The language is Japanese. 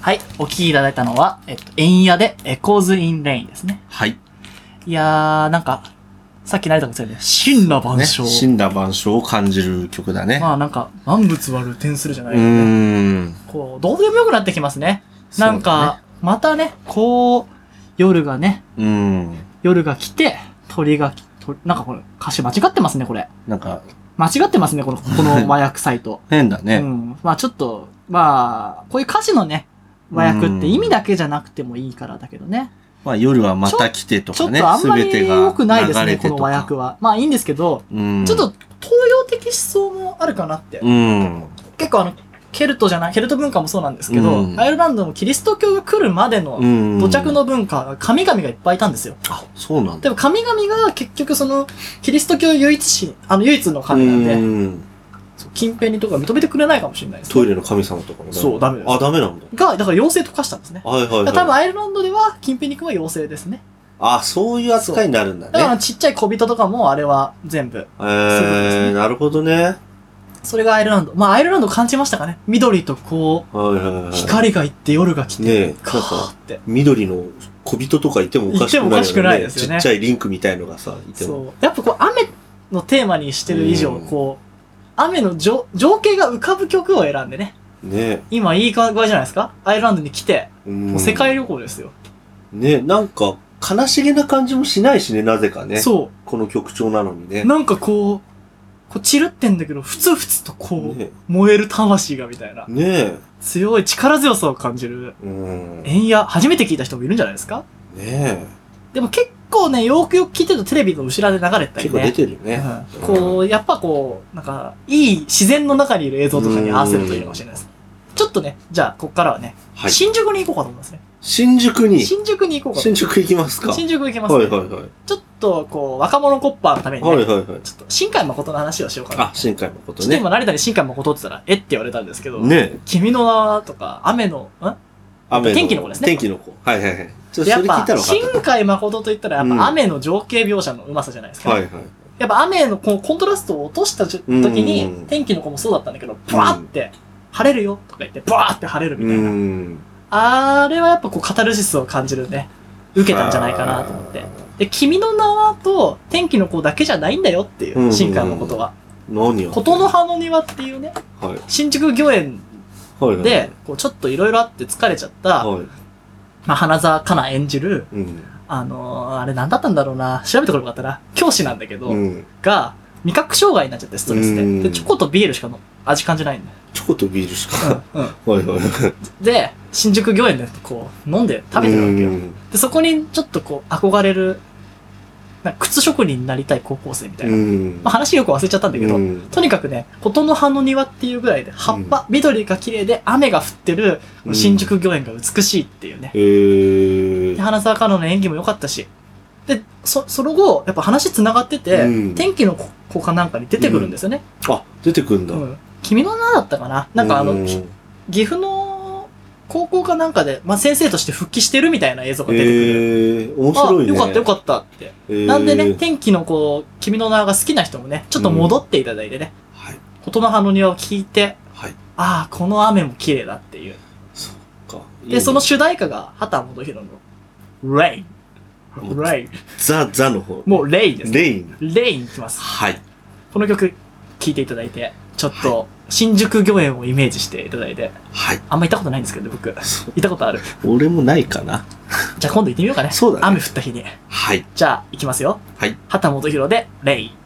はい、お聴きいただいたのは、えっと、円屋でエコーズ・イン・レインですね。はい。いやー、なんか、さっき成田君言ってたよね、真羅万ね。象。死んだ万象を感じる曲だね。まあなんか、万物割る点するじゃないうけどねーん。こう、どうでもよくなってきますね。そうだなねんか、またね、こう、夜がね、うん。夜が来て、鳥がき、鳥なんかこれ、歌詞間違ってますね、これ。なんか、間違ってますね、この、こ の和訳サイト。変だね。うん。まあちょっと、まあ、こういう歌詞のね、和訳って意味だけじゃなくてもいいからだけどね。まあ夜はまた来てとちょかっねとあ。んすまべてりが良くないです流ね、れこてのと和訳か。は。まあいいんですけど、うん。ちょっと、東洋的思想もあるかなって。うん。結構あの、ケルトじゃない、ケルト文化もそうなんですけど、うんアイルランドもキリスト教が来るまでのうん。土着。の文化、神々がいっぱいいたんですよ。あ、そうなんだ。でも神々が結局その、キリスト教唯一し、あの唯一の神なんで、うん。そう近辺にとか認めてくれないかもしれないですトね、イレの神様とかもそうダメですあ、ダメなんだ。が、だから妖精と化したんですね。はいはいだかはい。ら多分アイルランドでは近辺に行くは妖精ですね。あ、そういう扱いになるんだだからね。ちっちゃい小人とかもあれは全部。えそういうことですねー、なるほどね。はいそれがアイルランド。まあアイルランド感じましたかね。緑とこはいはう、い。。光が行って夜が来て、ねえ、なんカかー、って。緑の小人とかいてもおかしくないいよね。てもおかしくないですよねちっちゃいリンクみたいのがさ、いても。そう。やっぱこう雨のテーマにしてる以上、うんこう、雨の情情景が浮かぶ曲を選んでね。ね今いい具合じゃないですかアイルランドに来て、え。ももう世界旅行ですよ。ね、なんか、悲しげな感じもしないしね、なぜかね。そこの曲調なのにね。う。なんかこう、こう散るってんだけど、ふつふつとこう、ね燃える魂がみたいなえ。。ね強い力強さを感じる。え。うん。ね円や初めて聞いた人もいるんじゃないですかえ。でも結構ね、よくよく聞いてるとテレビの後ろで流れてたり結構出ね。てるね。うん、こう、やっぱこう、なんか、いい自然の中にいる映像とかに合わせるといいのかもしれないです。ちょっとね、じゃあ、こっからはね、はい。新宿に行こうかと思いますね。新宿に、新宿に行こうかと新宿行きますか。新宿行きます、ねはいはいはい。ちょっと、こう、若者コッパーのためにね、はいはいはい。ちょっと、新海誠の話をしようかな。あ、新海誠ちょっとね。今、成田に新海誠って言ったら、えって言われたんですけど、ねえ。君の名はとか、雨の、ん雨天気の子ですね天気の子。はいはいはい。ちょっとやそっれ聞いぱた、のか新海誠といったら、やっうんぱ雨の情景描写のうまさじゃないですか。はいはい。やっぱ雨のこうコントラストを落としたじ時うんに、天気の子もそうだったんだけど、ブワーって、晴れるよとか言って、ブワーって晴れるうみたいな。ん。あれはやっぱこう、カタルシスを感じるね、受けたんじゃないかなと思ってあ。で、君の名はと、天気の子だけじゃないんだよっていうんうう、ん新海誠は。何を琴の葉の庭っていうね、はい。新宿御苑はいはい。で、こう、ちょっといろいろあって疲れちゃった、はまあ、花澤香菜演じる、い。うん。あのー、あれ何だったんだろうな、調べてこればよかったな、教師なんだけど、うん。が、味覚障害になっちゃってストレスうで。んで、チョコとビールしかの味感じないんだチョコとビールしかよ。。うん。はいはい。で、新宿御苑でこう、飲んで食べてるわけよ。よ。で、そこにちょっとこう、憧れる、なんか靴職人になりたい高校生みたいうな。ん。まあ、話よく忘れちゃったんだけど、うんとにかくね、琴の葉の庭っていうぐらいで、葉っぱ、緑が綺麗で雨が降ってるうん新宿御苑が美しいっていうね。へえで、。花澤香菜の演技も良かったし。で、そ、その後、やっぱ話繋がってて、うん天気の子かなんかに出てくるんですよね。あ、出てくんだう。ん君の名だったかななんかあの、う岐阜の高校かなんかで、まあ、先生として復帰してるみたいな映像が出てくる。へえ。面白いね。あ、よかったよかったって。へえなんでね、天気の子、君の名が好きな人もね、ちょっと戻っていただいてね、はい。琴の葉の庭を聞いて、はい。ああ、この雨も綺麗だっていう。そっか。いいで、ねその主題歌が、畑元博の、レイン。レイン。ザ、ザの方。もうレインです。レイン。レインいきます。はい。この曲聴いていただいて、ちょっと新宿御苑をイメージしていただいて、はい。あんま行ったことないんですけど、僕。行っそうたことある。俺もないかな。じゃあ今度行ってみようかね。そうだね雨降った日に。はい。じゃあ行きますよ。はい。畑元博で、レイン。